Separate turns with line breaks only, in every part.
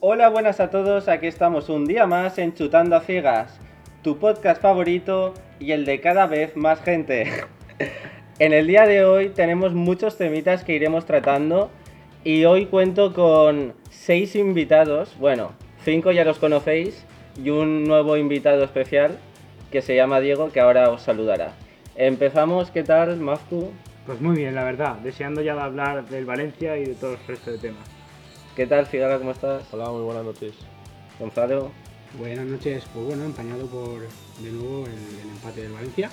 Hola, buenas a todos. Aquí estamos un día más en Chutando a Ciegas, tu podcast favorito y el de cada vez más gente. en el día de hoy tenemos muchos temitas que iremos tratando y hoy cuento con seis invitados. Bueno, cinco ya los conocéis y un nuevo invitado especial que se llama Diego que ahora os saludará. Empezamos, ¿qué tal, Mazcu?
Pues muy bien, la verdad. Deseando ya de hablar del Valencia y de todo el resto de temas.
¿Qué tal, Fidalga? ¿Cómo estás?
Hola, muy buenas noches.
Gonzalo.
Buenas noches, pues bueno, empañado por de nuevo el, el empate del Valencia,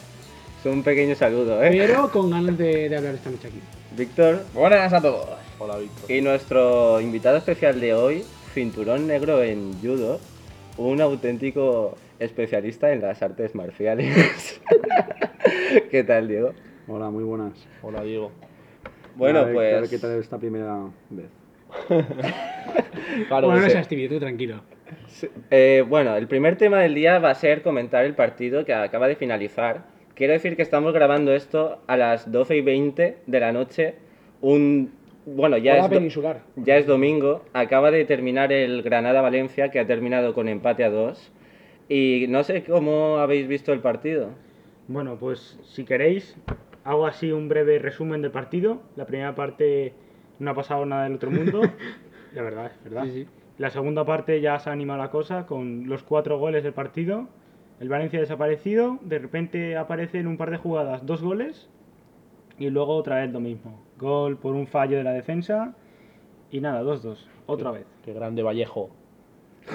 Es un pequeño saludo, ¿eh?
pero con ganas de, de hablar esta noche aquí.
Víctor.
Buenas a todos.
Hola, Víctor.
Y nuestro invitado especial de hoy, cinturón negro en judo, un auténtico especialista en las artes marciales. ¿Qué tal, Diego?
Hola, muy buenas.
Hola, Diego.
Bueno,
A ver-
pues...
A ver qué tal esta primera vez.
Claro que
bueno, no
sí.
seas tibio, tú tranquilo.
Eh, bueno, el primer tema del día va a ser comentar el partido que acaba de finalizar. Quiero decir que estamos grabando esto a las 12 y 20 de la noche. Un. Bueno, ya
Hola,
es, do-
peninsular.
ya es domingo. Acaba de terminar el Granada-Valencia, que ha terminado con empate a 2. Y no sé cómo habéis visto el partido.
Bueno, pues si queréis, hago así un breve resumen del partido. La primera parte no ha pasado nada del otro mundo. la verdad, es verdad. La segunda parte ya se ha animado la cosa con los cuatro goles del partido. El Valencia ha desaparecido. De repente aparecen un par de jugadas, dos goles. Y luego otra vez lo mismo. Gol por un fallo de la defensa. Y nada, 2-2. Otra vez.
Qué grande Vallejo.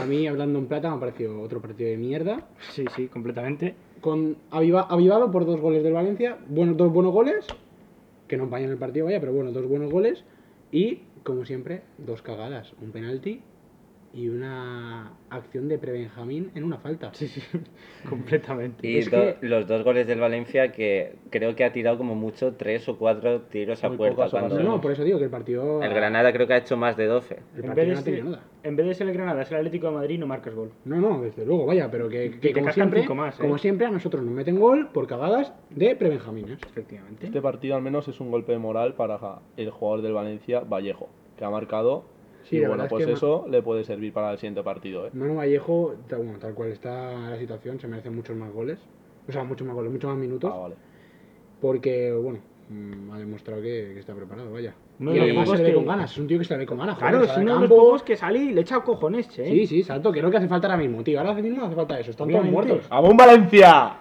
A mí, hablando en plata, me ha parecido otro partido de mierda.
Sí, sí, completamente.
Con, aviva- avivado por dos goles del Valencia, bueno, dos buenos goles, que no empañan el partido, vaya, pero bueno, dos buenos goles. Y, como siempre, dos cagadas, un penalti y una acción de Prebenjamín en una falta.
Sí, sí, completamente.
Y
Es
do-
que-
los dos goles del Valencia, que creo que ha tirado como mucho tres o cuatro tiros a
Muy
puerta.
pocas
Cuando
No, no, por eso digo que el partido...
El Granada creo que ha hecho más de 12.
el
en,
partido
vez de
no ha
ser,
tenido nada.
en vez de ser el Granada, es el Atlético de Madrid no marcas gol.
No, no, desde luego, vaya, pero que, que
te
como,
cascan
siempre,
cinco más, ¿eh?
como siempre a nosotros nos meten gol por cagadas de prebenjamines.
Efectivamente.
Este partido al menos es un golpe de moral para el jugador del Valencia, Vallejo, que ha marcado.
Sí,
y
la
bueno,
verdad es
pues
que
eso le puede servir para el siguiente partido, ¿eh?
Manu Vallejo, tal, bueno, tal cual está la situación, se merecen muchos más goles. O sea, muchos más goles, muchos más minutos.
Ah, vale.
Porque, bueno, mm, ha demostrado que, que está preparado, vaya.
Uno
y
de los
además se
pocos
le ve
que-
con ganas, es un tío que se le ve con ganas.
Claro,
joder,
es
sale
uno
al
de los
campo.
pocos que salí y le echa cojones, che, ¿eh?
Sí, sí, salto, que es lo que hace falta ahora mismo, tío. Ahora mismo no hace falta eso, están todos
Obviamente.
muertos.
¡A un Valencia!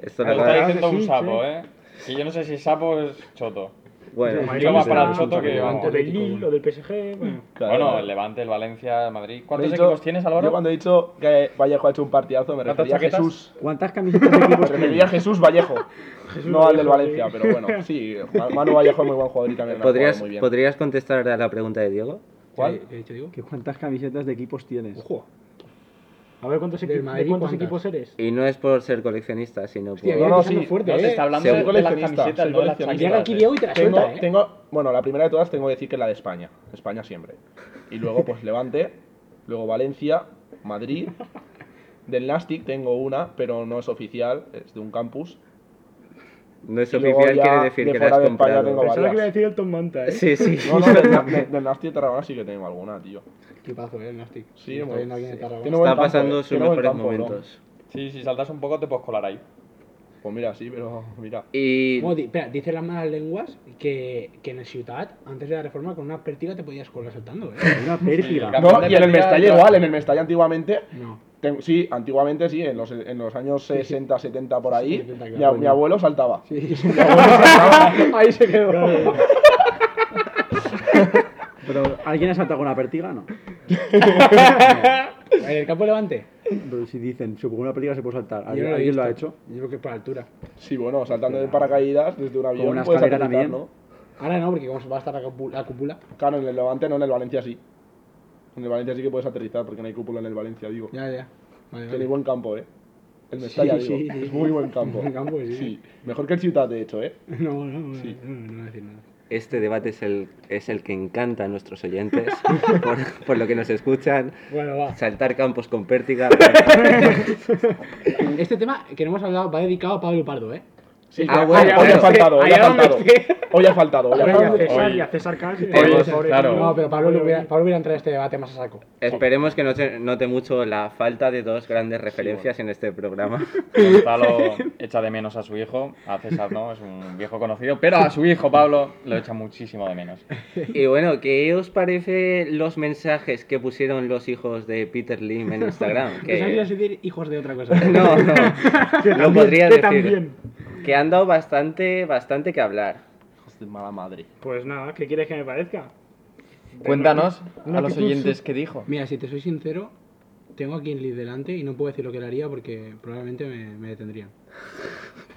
Esto no
Me está
va-
diciendo
sí,
un
sí.
sapo, ¿eh? Que yo no sé si sapo es choto.
Bueno,
El Madrid
Yo va
está-
para el Soto que-
O del Lille, o del PSG, bueno.
bueno, el Levante, el Valencia, el Madrid. ¿Cuántos
He dicho-
equipos tienes, Álvaro?
Yo cuando he dicho que Vallejo ha hecho un partidazo me
¿Cuántas
refería a
chaquetas?
Jesús.
¿Cuántas camisetas de
Me
equipos
refería a
tienes?
Jesús Vallejo. no al del
Vallejo,
Valencia, pero bueno, sí. Manu Vallejo es muy buen jugador y también ha jugado
¿Podrías,
muy bien.
¿Podrías contestar a la pregunta de Diego?
¿Cuál?
¿Qué he dicho, digo?
¿Que ¿Cuántas camisetas de equipos tienes?
Ojo.
A ver cuántos, equi-
Del
de
Madrid,
cuántos
¿cuántas?
equipos eres.
Y no es por ser coleccionista, sino por...
Hostia,
No,
viene
no,
pisando
sí.
fuerte,
No,
eh.
se está hablando
Soy
de las
coleccionista,
camisetas,
soy
no de las
coleccionista.
Llega
chaquetas.
aquí
¿eh?
Diego y te la
Tengo,
suelta, eh.
tengo, bueno, la primera de todas tengo que decir que es la de España. España siempre. Y luego, pues Levante, luego Valencia, Madrid. Del Nastic tengo una, pero no es oficial, es de un campus.
No es
Y luego
oficial,
ya
quiere decir
de
que la
fuera
has
de España
comprado.
tengo
Pensaba
varias.
que iba a decir el Tom Manta, ¿eh?
Sí, sí.
No, no, del, Na- de- del Nastic Tarragona sí que tengo alguna, tío.
Equipazo, eh, el Nastic.
Sí,
Me está
bueno,
viendo aquí en el
sí.
Tarragona.
Tiene buen
Está
campo,
pasando
eh.
sus
Tiene buen
mejores
campo, bro.
momentos.
Sí, si saltas un poco te puedes colar ahí.
Pues mira, sí, pero mira.
Y
Bueno, di- espera, dicen las malas lenguas que, que en el Ciutat, antes de la reforma, con una pértiga te podías colar saltando, ¿eh?
Una pértiga.
Sí,
No, y en el Mestalla
Yo-
igual, en el Mestalla antiguamente
No.
Ten- sí, antiguamente sí, en los, en los años 60, 70 por ahí,
70,
mi,
claro.
mi abuelo saltaba.
Ahí se quedó.
Pero, ¿alguien ha saltado con una pértiga? No.
En el campo levante.
Pero si dicen, supongo una pértiga se puede saltar.
Yo
¿Alguien,
no he
alguien lo ha
visto.
hecho?
Yo creo que es por altura.
Sí, bueno, saltando de paracaídas desde un avión.
una
puedes
escalera
aterrizar,
también.
Ahora no, porque como se va a estar la cúpula. la cúpula,
¿no? Claro, en el Levante no, en el Valencia sí. En el Valencia sí que puedes aterrizar porque no hay cúpula en el Valencia, digo.
ya, ya. Vale,
Tiene
vale.
buen campo, ¿eh? El Mestalla,
Sí,
digo.
sí, sí.
Es muy buen campo.
Buen campo, sí.
Mejor que el Ciudad, de hecho, ¿eh?
No, no, no,
Sí.
no, no voy a decir nada.
este debate es el, es el que encanta a nuestros oyentes, por, por lo que nos escuchan.
Bueno, va.
Saltar campos con pértiga.
Este tema que no hemos hablado va dedicado a Pablo Pardo, ¿eh? Sí,
Ah,
pero-
bueno,
allá
hoy ha
donde esté,
faltado, hoy ha
allá donde
faltado.
esté.
Hoy ha faltado, hoy ha
Ahora ya
faltado.
César,
Oye.
ya César Cas.
Oye,
pobre
claro.
tío.
No,
No, pero Pablo le
Oye,
hubiera, Pablo hubiera entrado en este debate más a saco.
Esperemos que no se note mucho la falta de dos grandes referencias en este programa.
Gonzalo echa de menos a su hijo, a César no, es un viejo conocido, pero a su hijo Pablo lo echa muchísimo de menos.
Y bueno, ¿qué os parece los mensajes que pusieron los hijos de Peter Lim en Instagram? Que-
Pensaba que ibas a decir hijos de otra cosa.
No, no,
que
lo
también,
podría
que
decir.
también.
Que han dado bastante, bastante que hablar.
Hijos de mala madre.
Pues nada, ¿qué quieres que me parezca?
Cuéntanos
Una
a los
actitud,
oyentes
sí.
qué dijo.
Mira, si te soy sincero, tengo a Kinley delante y no puedo decir lo que le haría porque probablemente me, me detendrían.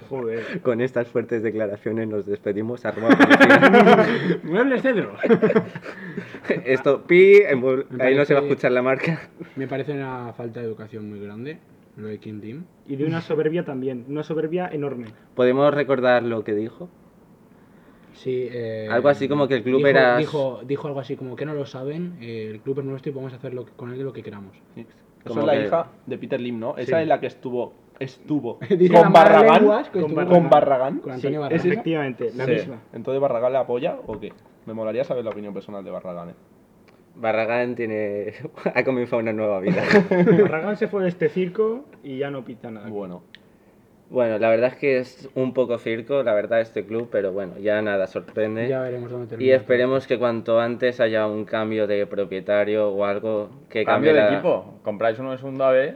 Joder.
Con estas fuertes declaraciones nos despedimos. Arroba policía.
¡Muebles cedro!
Esto, pi, en vol-
Me
ahí no se va a
parece-
escuchar la marca.
me parece una falta de educación muy grande lo de Kim Lim.
Y de una soberbia también, una soberbia enorme.
¿Podemos recordar lo que dijo?
Sí, eh,
Algo así como que el club
dijo,
era-
Dijo, dijo algo así como que no lo saben, eh, el club es nuestro y podemos hacer lo que- con él lo que queramos.
Eso
Como
es la
que-
hija de Peter Lim, ¿no? Esa
Sí.
es la que estuvo, estuvo
Dice la
con
mala
Barragán.
lenguas que
con
estuvo
Barragán.
Con Barragán.
Con Antonio
Sí,
Barragán.
Efectivamente, la
Sí.
misma.
Entonces, ¿Barragán le apoya o qué? Me molaría saber la opinión personal de Barragán, ¿eh?
Barragán tiene... ha comenzado una nueva vida.
Barragán se fue de este circo y ya no pita nada.
Bueno,
Bueno, la verdad es que es un poco circo, la verdad, este club, pero bueno, ya nada sorprende.
Ya veremos dónde
Y
termina.
esperemos que cuanto antes haya un cambio de propietario o algo que cambie
Cambio de
la-
equipo, compráis uno de segunda B.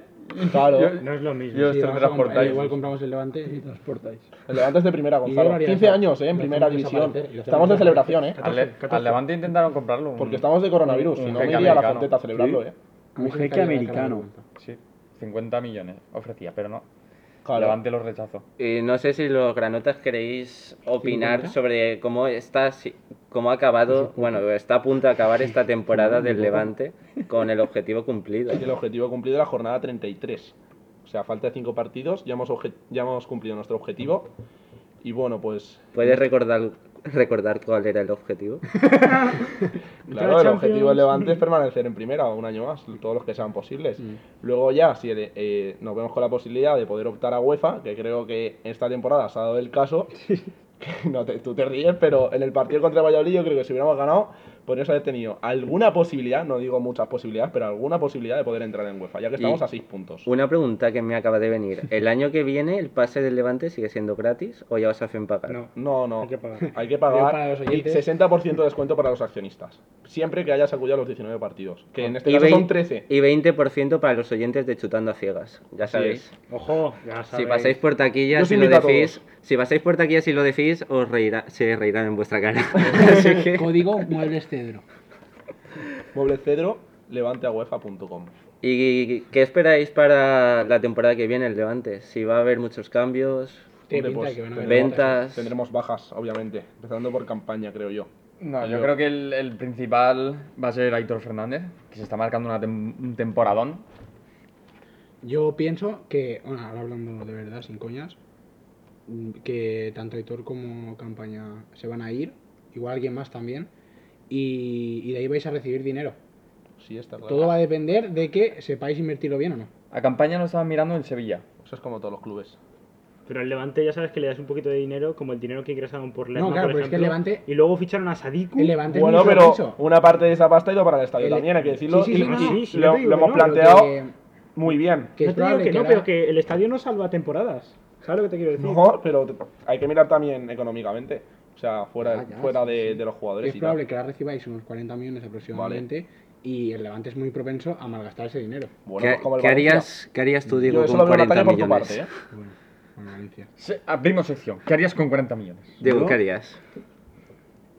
claro.
No es lo mismo.
Yo
Sí, vamos a
estoy
comprar-
transportáis.
igual compramos el Levante y
Transportáis.
El Levante es de primera,
yo lo
Gonzalo.
haría
15
eso.
años, ¿eh? En
Lo
primera
hacemos
división.
desaparecer, lo
Estamos de
hacemos desaparecer.
celebración, ¿eh?
Al, Le-
14.
al Levante intentaron comprarlo. un-
Porque estamos de coronavirus,
Un
si no me
jeque
iría a la
americano.
fronteta a celebrarlo, ¿eh?
Un
Ángel
jeque
Calle de la
americano.
Carrera.
Sí, 50 millones ofrecía, pero no.
Claro.
Levante los rechazó.
Y no sé si los granotas queréis opinar
¿Cincuenta?
sobre cómo está, si- cómo ha acabado, bueno, está a punto de acabar esta temporada del Levante con el objetivo cumplido.
Y el objetivo cumplido es la jornada 33. O sea, falta de 5 partidos, ya hemos, obje- ya hemos cumplido nuestro objetivo. Y bueno, pues
¿Puedes recordar, recordar cuál era el objetivo?
Claro, el
Champions.
objetivo del Levante es permanecer en primera un año más, todos los que sean posibles. Luego ya, si eh, eh, nos vemos con la posibilidad de poder optar a UEFA, que creo que esta temporada se ha dado el caso, que no te- tú te ríes, pero en el partido contra el Valladolid yo creo que si hubiéramos ganado, podríamos haber tenido alguna posibilidad, no digo muchas posibilidades, pero alguna posibilidad de poder entrar en UEFA, ya que estamos
Y-
a 6 puntos.
Una pregunta que me acaba de venir. ¿El año que viene el pase del Levante sigue siendo gratis o ya os hacen pagar?
No,
No, no.
hay que pagar.
Hay que
Pero
pagar
para los
y
oyentes-
60% de descuento para los accionistas. Siempre que hayas acudido a los 19 partidos. Que en este
Ah. Y
caso son
vein-
13.
Y 20% para los oyentes de Chutando a Ciegas. Ya
Así
sabéis.
es.
Ojo, ya
Si
sabéis.
pasáis por
Yo
taquillas
os
si lo
invito a
decís,
todos.
si pasáis por taquillas y lo decís, os reirá, se reirán en vuestra cara. Así que-
Código Muebles Cedro.
Mueble Cedro, levanteaguefa.com.
¿Y qué esperáis para la temporada que viene el Levante? Si va a haber muchos cambios,
Tiene
Hombre,
pinta
pues,
de que van a haber
tendremos-
ventas.
Tendremos bajas, obviamente. Empezando por campaña, creo yo.
No, yo
Yo-
creo que el, el principal va a ser Aitor Fernández, que se está marcando una tem- un temporadón.
Yo pienso que, bueno, ahora hablando de verdad, sin coñas, mm, que tanto Aitor como Campaña se van a ir, igual alguien más también, y, y de ahí vais a recibir dinero.
Sí, está claro.
Todo va a depender de que sepáis invertirlo bien o no.
A campaña lo estaban mirando en Sevilla.
Eso es como todos los clubes.
Pero el Levante ya sabes que le das un poquito de dinero, como el dinero que ingresaron por Lerma,
No, claro,
por
pero es que el
ejemplo,
Levante-
Y luego ficharon a Sadiku.
El Levante
Bueno,
es muy
pero
propenso.
una parte de esa pasta ha ido para el estadio
El-
también, hay que decirlo.
Sí, sí, sí,
y-
no,
y
sí, sí,
lo,
no te digo
lo
que
hemos
no,
Pero
planteado
que-
muy bien.
que es
no te digo
probable
que, no,
ahora-
pero que el estadio no salva temporadas. ¿Sabes lo que te quiero decir?
No, pero t- hay que mirar también económicamente. O sea, fuera,
Ah, ya,
fuera
sí,
de,
sí.
de los
que
jugadores.
es
y
probable
tal.
que ahora recibáis unos 40 millones aproximadamente, y el Levante es muy propenso a malgastar ese dinero.
Bueno,
¿qué,
pues como el
qué
Valencia.
harías, qué harías tú, Diego,
Yo eso
con
lo veo una
40
talla por
millones?
tu parte, ¿eh?
Bueno, bueno, Valencia.
Se- abrimos sección. ¿Qué harías con 40
¿eh?
millones?
Diego,
¿Yo?
¿qué harías?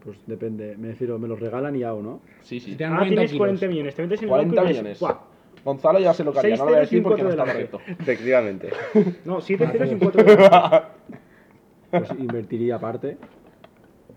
Pues depende, me refiero, me los regalan y hago, ¿no?
Sí, sí.
Si te dan
Ah,
40
tienes
kilos,
40 millones. Te metes en el
40
banco y ves,
millones.
¡guau!
Gonzalo ya se lo cambia, no lo voy a decir
6-0-5
porque no está
delante.
correcto.
Efectivamente.
No, 7 0 sin 4
Ah, Pues invertiría aparte.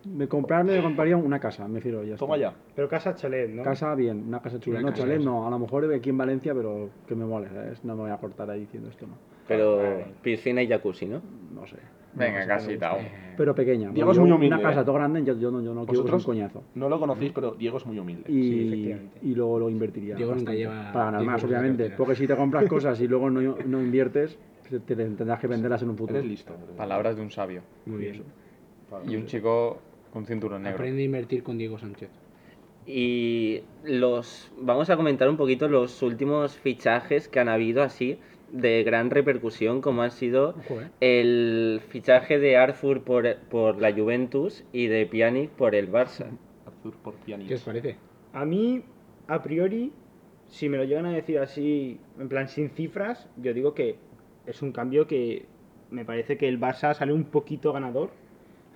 Me comprarme, me compraría una casa, me refiero, ya está.
Toma ya.
Pero casa chalet, ¿no?
Casa bien, una casa chula.
Una
no,
casa,
chalet,
sí.
no, a lo mejor aquí en Valencia, pero que me mole, ¿sabes? No me voy a cortar ahí diciendo esto, no.
Pero piscina y jacuzzi, ¿no?
No sé.
Venga, casi tal.
Pero pequeña.
Eh, Diego es
yo
muy humilde,
Una casa
¿eh?
todo grande, yo, yo no, yo no quiero que sea un
¿Vosotros?
coñazo.
No lo conocéis, pero Diego es muy humilde.
Y,
efectivamente.
y luego lo invertiría.
Diego nunca
bastante,
lleva-
Para ganar
Diego
más,
nunca
obviamente.
invertirá.
Porque si te compras cosas y luego no, no inviertes, te, te- tendrás que venderlas en un futuro.
Eres listo.
Palabras de un sabio.
Muy bien.
Y un chico con cinturón negro.
Aprende a invertir con Diego Sánchez.
Y los vamos a comentar un poquito los últimos fichajes que han habido así de gran repercusión, como han sido
Ojo, ¿eh?
el fichaje de Arthur por, por la Juventus y de Pjanic por el Barça.
Arthur por
¿Qué os parece?
A mí, a priori, si me lo llegan a decir así, en plan sin cifras, yo digo que es un cambio que me parece que el Barça sale un poquito ganador.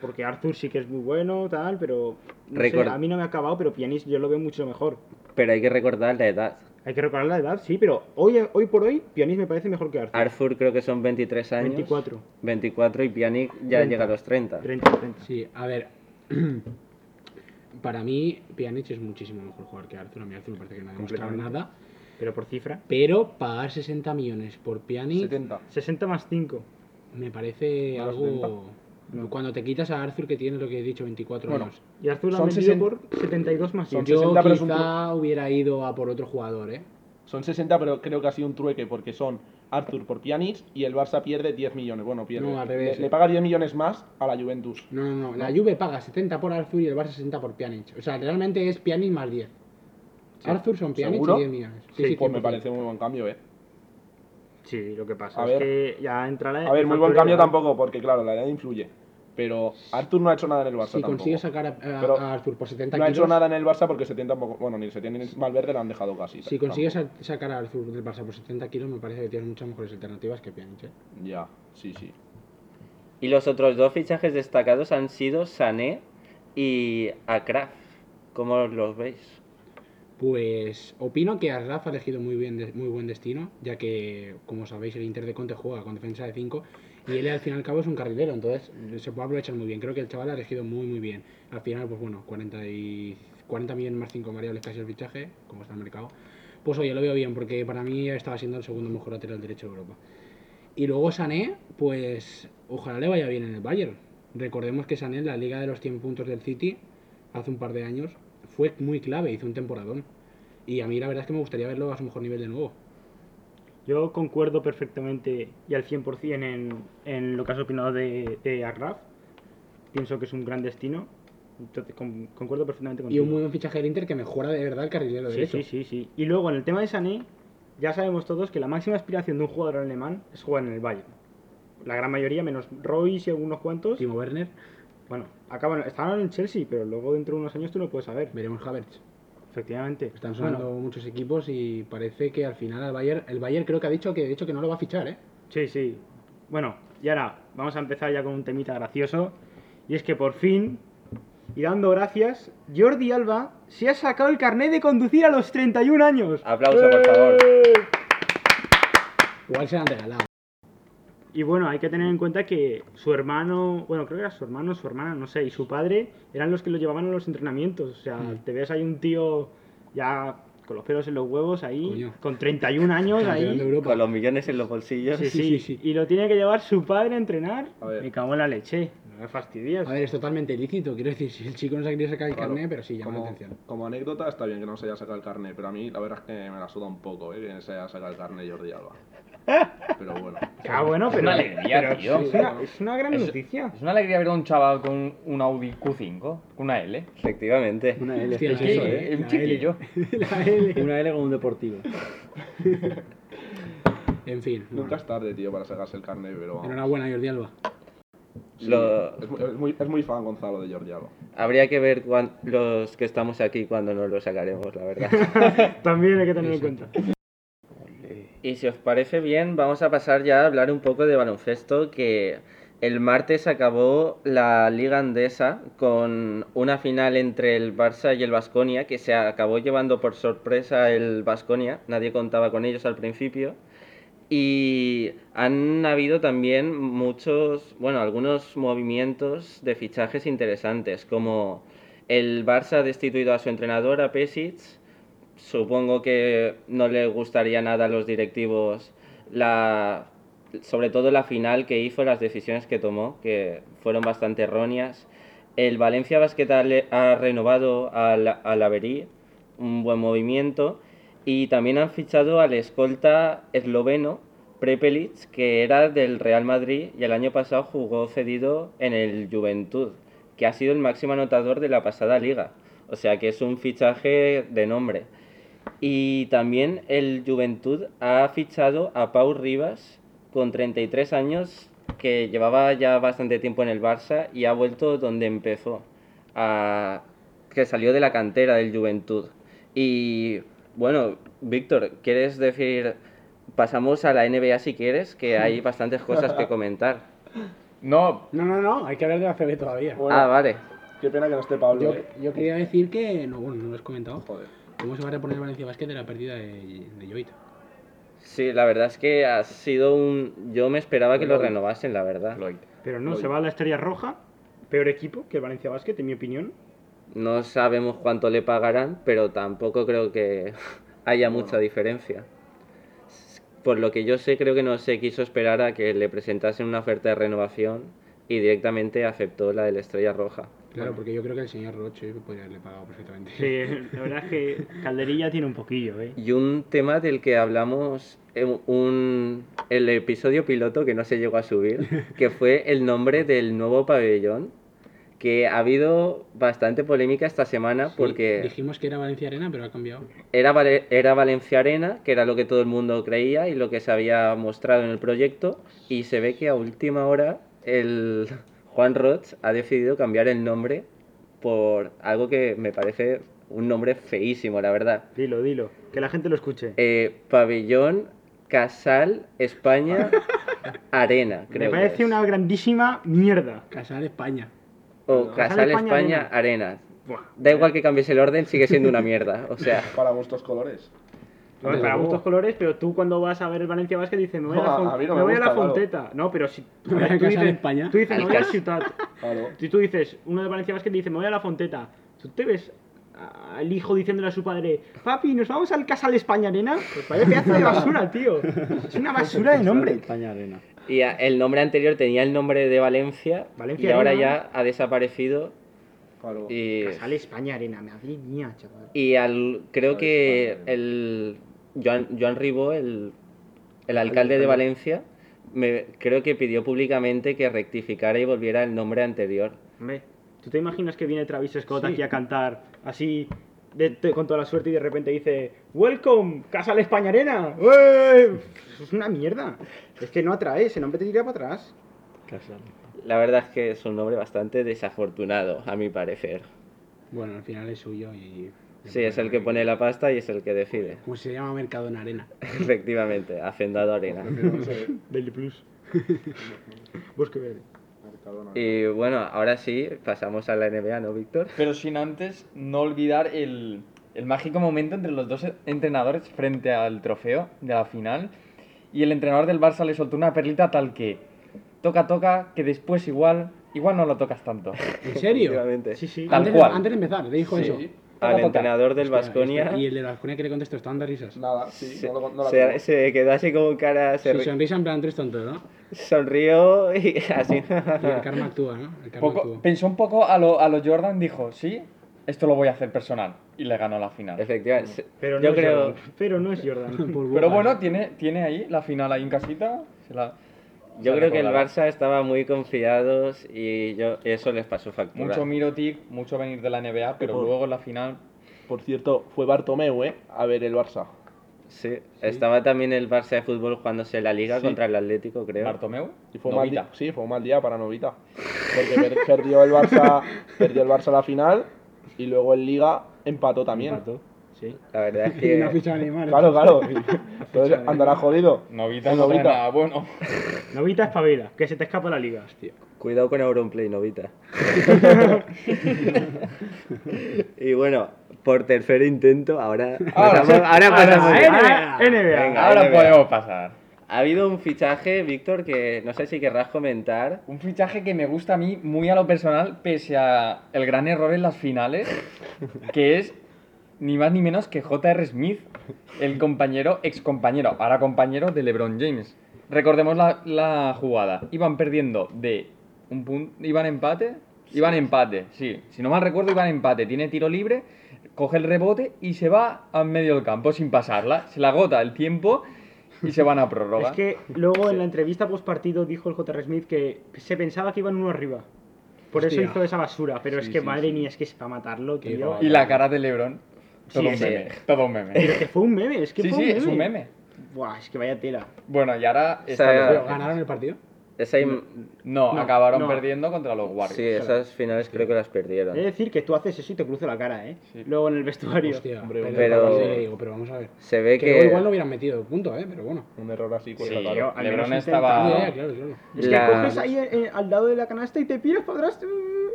Porque Arthur sí que es muy bueno, tal, pero. no sé,
Record-
a mí no me ha acabado, pero Pianis yo lo veo mucho mejor.
Pero hay que recordar la edad.
Hay que recordar la edad, sí, pero hoy, hoy por hoy, Pianis me parece mejor que Arthur.
Arthur creo que son 23 años.
24,
24 y Pjanic ya
30.
llega a los 30.
Ah.
30, 30.
Sí, a ver. Para mí, Pjanic es muchísimo mejor jugador que Arthur. A mí Arthur me parece que no ha demostrado
Completamente.
nada.
Pero por cifra,
Pero pagar 60 millones por Pjanic
70.
60 más 5.
me parece
¿Más
algo... Cuando te quitas a Arthur, que tiene lo que he dicho, 24
Bueno,
años.
Y Arthur lo han
Son
vendido
60
por 72 más
son
5.
Yo
60, pero es un
quizá hubiera ido a por otro jugador, ¿eh?
Son 60, pero creo que ha sido un trueque porque son Arthur por Pjanic y el Barça pierde 10 millones. Bueno, pierde.
No, al revés.
Le, le paga 10 millones más a la Juventus.
No, no, no. La Juve paga 70 por Arthur y el Barça 60 por Pjanic. O sea, realmente es Pjanic más 10. Arthur son Pjanic
¿Seguro?
y 10 millones.
Sí,
Pues me
100%.
parece muy buen cambio, ¿eh?
Sí, lo que pasa
A
es
ver.
que ya entra la.
A ver,
el
muy buen
factor
cambio
edad.
tampoco, porque claro, la edad influye. Pero Arthur no ha hecho nada en el Barça
Si
tampoco.
consigues sacar a, a-
Pero
a Arthur por 70
No ha hecho
kilos...
nada en el Barça porque se tiene tampoco. Bueno, ni se tiene ni Valverde la han dejado casi.
Si consigues sa- sacar a Arthur del Barça por 70 kilos, me parece que tienes muchas mejores alternativas que Pjanic. ¿eh?
Tampoco. Ya, sí, sí.
Y los otros dos fichajes destacados han sido Sané y Akraf. ¿Cómo los veis?
Pues opino que Arraf ha elegido muy, bien de- muy buen destino, ya que, como sabéis, el Inter de Conte juega con defensa de 5 y él al fin y al cabo es un carrilero, entonces mm, se puede aprovechar muy bien. Creo que el chaval ha elegido muy, muy bien. Al final, pues bueno, 40, y 40 millones más 5 variables casi el fichaje, como está el mercado. Pues oye, lo veo bien, porque para mí estaba siendo el segundo mejor lateral derecho de Europa. Y luego Sané, pues ojalá le vaya bien en el Bayern. Recordemos que Sané en la Liga de los 100 puntos del City, hace un par de años, fue muy clave, hizo un temporadón. Y a mí la verdad es que me gustaría verlo a su mejor nivel de nuevo.
Yo concuerdo perfectamente y al 100% en, en lo que has opinado de, de Agraf. Pienso que es un gran destino. Entonces, con- concuerdo perfectamente
Y
contigo.
un muy buen fichaje del Inter que mejora de verdad el carrilero
sí,
derecho.
sí, sí, sí. Y luego, en el tema de Sané, ya sabemos todos que la máxima aspiración de un jugador alemán es jugar en el Bayern. La gran mayoría, menos Royce y algunos cuantos.
Timo Werner,
Bueno, acaban, estaban en Chelsea, pero luego dentro de unos años tú no puedes saber.
veremos Havertz.
Efectivamente.
Están
Bueno,
sonando muchos equipos y parece que al final al Bayern, el Bayern creo que ha dicho que de hecho que no lo va a fichar, ¿eh?
Sí, sí. Bueno, y ahora vamos a empezar ya con un temita gracioso. Y es que por fin, y dando gracias, Jordi Alba se ha sacado el carnet de conducir a los 31 años.
Aplauso, por favor.
Eh.
Igual se la han regalado.
Y bueno, hay que tener en cuenta que su hermano, bueno, creo que era su hermano, su hermana, no sé, y su padre eran los que lo llevaban a los entrenamientos. O sea,
Mm.
te ves ahí un tío ya con los pelos en los huevos ahí,
Coño.
con 31 años
Campeón de
ahí.
Europa.
Con los millones en los bolsillos.
Sí sí,
Sí, sí, sí.
Y lo tiene que llevar su padre a entrenar.
A ver.
Me cago en la leche. No me fastidias.
A ver, es totalmente ilícito, quiero decir, si el chico no se ha querido sacar el
Claro,
carnet, pero sí llama la
como,
atención.
como anécdota, está bien que no se haya sacado el carnet, pero a mí la verdad es que me la suda un poco, ¿eh? Que se haya sacado el carnet Jordi Alba. Pero bueno.
Ah, bueno,
Es
pero.
una alegría,
pero
tío.
Es una, es una gran
Es-
noticia.
Es una alegría ver a un chaval con un Audi Q5, con una L.
Efectivamente.
Una L,
Hostia,
es
la
Sí,
eso,
L.
¿eh?
un
la
chiquillo.
La L.
Una L con un deportivo.
En fin, bueno,
Nunca es tarde, tío, para sacarse el carnet, pero.
enhorabuena Jordi Alba.
sí,
Lo-
es, muy- es muy, es muy fan Gonzalo de Jordi Alba.
Habría que ver cuán- los que estamos aquí cuando nos lo sacaremos, la verdad.
También hay que tener en cuenta.
Y si os parece bien, vamos a pasar ya a hablar un poco de baloncesto, que el martes acabó la Liga Andesa con una final entre el Barça y el Vasconia, que se acabó llevando por sorpresa el Vasconia, nadie contaba con ellos al principio. Y han habido también muchos, bueno, algunos movimientos de fichajes interesantes, como el Barça ha destituido a su entrenador, a Pesic, supongo que no le gustaría nada a los directivos la sobre todo la final que hizo, las decisiones que tomó, que fueron bastante erróneas. El Valencia Basket ha, le- ha renovado al, al Averí, un buen movimiento, y también han fichado al escolta esloveno Prepelic, que era del Real Madrid y el año pasado jugó cedido en el Juventud, que ha sido el máximo anotador de la pasada liga. O sea que es un fichaje de nombre. Y también el Juventud ha fichado a Pau Rivas con 33 años, que llevaba ya bastante tiempo en el Barça y ha vuelto donde empezó, a- que salió de la cantera del Juventud. Y bueno, Víctor, ¿quieres decir, pasamos a la NBA si quieres, que hay bastantes cosas que comentar?
No,
No, no, no, hay que hablar de la CB todavía.
Bueno,
Ah, vale.
Qué pena que no esté Pablo.
Yo,
eh.
yo quería decir que, no, bueno, no lo has comentado,
Joder.
cómo se va a reponer Valencia Basket de la pérdida de, de Joita.
Sí, la verdad es que ha sido un... Yo me esperaba que lo
Lloyd.
renovasen, la verdad.
Lloyd.
Pero no, se va a la Estrella Roja, peor equipo que el Valencia Basket, en mi opinión.
No sabemos cuánto le pagarán, pero tampoco creo que haya mucha diferencia. Por lo que yo sé, creo que no se quiso esperar a que le presentasen una oferta de renovación y directamente aceptó la de la Estrella Roja.
Claro, porque yo creo que el señor Roche podría haberle pagado perfectamente.
Sí, la verdad es que Calderilla tiene un poquillo, ¿eh?
Y un tema del que hablamos en un, el episodio piloto que no se llegó a subir, que fue el nombre del nuevo pabellón, que ha habido bastante polémica esta semana
Sí,
porque...
Dijimos que era Valencia Arena, pero ha cambiado.
Era, Vale- era Valencia Arena, que era lo que todo el mundo creía y lo que se había mostrado en el proyecto, y se ve que a última hora el Juan Roch ha decidido cambiar el nombre por algo que me parece un nombre feísimo, la verdad.
Dilo, dilo, que la gente lo escuche.
Eh, pabellón Casal España Arena, creo.
Me
que
parece
es.
una grandísima mierda.
Casar España.
O Casal
Casal
España,
España
Arena.
Buah.
Da igual que cambies el orden, sigue siendo una mierda. O sea,
Para gustos colores.
A ver, para gustos colores, pero tú cuando vas a ver el Valencia Basket dices, me voy a la,
No, a-
Fon-
a mí no
me
me
voy a la
gusta, claro.
Fonteta. No, pero si tú
Ahora que has
dices,
hablado de España.
tú dices, me voy a la
Alcas.
ciudad.
Claro.
Si tú dices, uno de Valencia Basket dice, me voy a la Fonteta. Tú te ves a- al hijo diciéndole a su padre, papi, nos vamos al Casal España Arena. Pues vaya pedazo de basura, tío. Es una basura de nombre.
España Arena.
Y a- el nombre anterior tenía el nombre de Valencia,
Valencia
y ahora ya
Arena.
ha desaparecido.
Claro.
Y,
Casal España Arena, madre mía, chaval.
y al, creo
Vale,
que
España,
el Joan, Joan Ribó, el, el alcalde de Valencia, me, creo que pidió públicamente que rectificara y volviera el nombre anterior.
Hombre, ¿tú te imaginas que viene Travis Scott
Sí.
aquí a cantar así de- de- con toda la suerte y de repente dice Welcome, Casa la España Arena? ¡Uey! Es una mierda. Es que no atrae, ese nombre te tira para atrás.
La verdad es que es un nombre bastante desafortunado, a mi parecer.
Bueno, al final es suyo y.
Sí, es el que pone la pasta y es el que decide.
Como se llama Mercado en Arena.
Efectivamente, hacendado arena.
Prefiero ese
Daily Plus. Bosque Verde.
Mercadona.
Y bueno, ahora sí, pasamos a la NBA, ¿no, Víctor?
Pero sin antes no olvidar el, el mágico momento entre los dos entrenadores frente al trofeo de la final. Y el entrenador del Barça le soltó una perlita tal que toca, toca, que después igual, igual no lo tocas tanto.
¿En serio?
Efectivamente.
Sí, sí.
Tal
antes,
cual.
De, antes de empezar, le dijo
Sí.
eso.
al entrenador del
Hostia,
Vasconia
este- Y el de la Vasconia que le contestó, están de risas.
Nada, sí,
se,
no, lo, no la
se-
tengo.
se quedó así como cara, se
Sí,
ri-
sonrisa en plan, tres tontos, ¿no?
sonrió y así.
Y el karma actúa, ¿no? El karma
Poco-
actúa.
pensó un poco a lo, a lo Jordan, dijo, sí, esto lo voy a hacer personal. Y le ganó la final.
Efectivamente. se-
Pero no
yo
es
creo.
Jordan. Pero no es Jordan.
Por
Pero
boca.
bueno, tiene, tiene ahí la final ahí en casita. se la- se
Yo
la
creo que el
recordará.
Barça estaba muy confiados y yo, eso les pasó factura.
Mucho Mirotic, mucho venir de la NBA, pero
Por-
luego en la final
Por cierto, fue Bartomeu, ¿eh? A ver el Barça.
Sí, estaba también el Barça de fútbol jugándose la liga
Sí.
contra el Atlético, creo.
Bartomeu,
Y fue un mal
Novita.
día. Sí, fue un mal día para Novita. Porque per- perdió el Barça, perdió el Barça la final y luego en Liga empató también.
Empató, Sí.
La verdad es
Y no
que
fichaba a Neymar.
Claro, claro. Entonces andará jodido.
Novita
El
no trae
Novita.
nada bueno.
Novita espabila, que se te escapa la liga. Hostia.
cuidado con Auronplay, Novita. y bueno, por tercer intento, ahora
Ahora
pasamos-
sí.
ahora pasamos-
NBA. NBA.
Venga.
Ahora
NBA.
podemos pasar.
Ha habido un fichaje, Víctor, que no sé si querrás comentar.
Un fichaje que me gusta a mí muy a lo personal, pese a el gran error en las finales, que es ni más ni menos que J.R. Smith, el compañero, ex compañero, ahora compañero de LeBron James. Recordemos la, la jugada. Iban perdiendo de un punto. ¿Iban empate? Iban empate, sí. Si no mal recuerdo, iban empate. Tiene tiro libre, coge el rebote y se va al medio del campo sin pasarla. Se la agota el tiempo y se van a prórroga.
Es que luego en la entrevista post partido dijo el J.R. Smith que se pensaba que iban uno arriba. Por
Hostia.
eso hizo esa basura, pero es
Sí,
que
sí,
madre
sí.
mía, es que es para matarlo,
Qué
tío.
guay.
Y la cara de Lebron. Todo
Sí,
un
sí.
meme. Todo un meme.
Pero que fue un meme, es que
sí,
fue
sí,
un meme.
es un meme.
Buah, es que vaya tela.
Bueno, y ahora...
sea,
están los-
Pero ganaron el partido.
Esa im-
No,
No,
acabaron
no.
perdiendo contra los Warriors.
sí, esas finales creo que las
Es
perdieron.
decir, que tú haces eso y te cruzo la cara, ¿eh? Luego en el vestuario.
Hostia,
Hombre,
pero,
pero-
sí que digo, pero vamos a ver.
Se ve
Que,
que,
luego igual no hubieran metido punto, ¿eh? Pero bueno.
Un error así, pues
Sí,
claro.
Tío, al
LeBron
menos
estaba- Ah.
Ya,
intenta.
ya, claro, claro.
Es que
La-
coges ahí eh, al lado de la canasta y te piras para atrás. eh,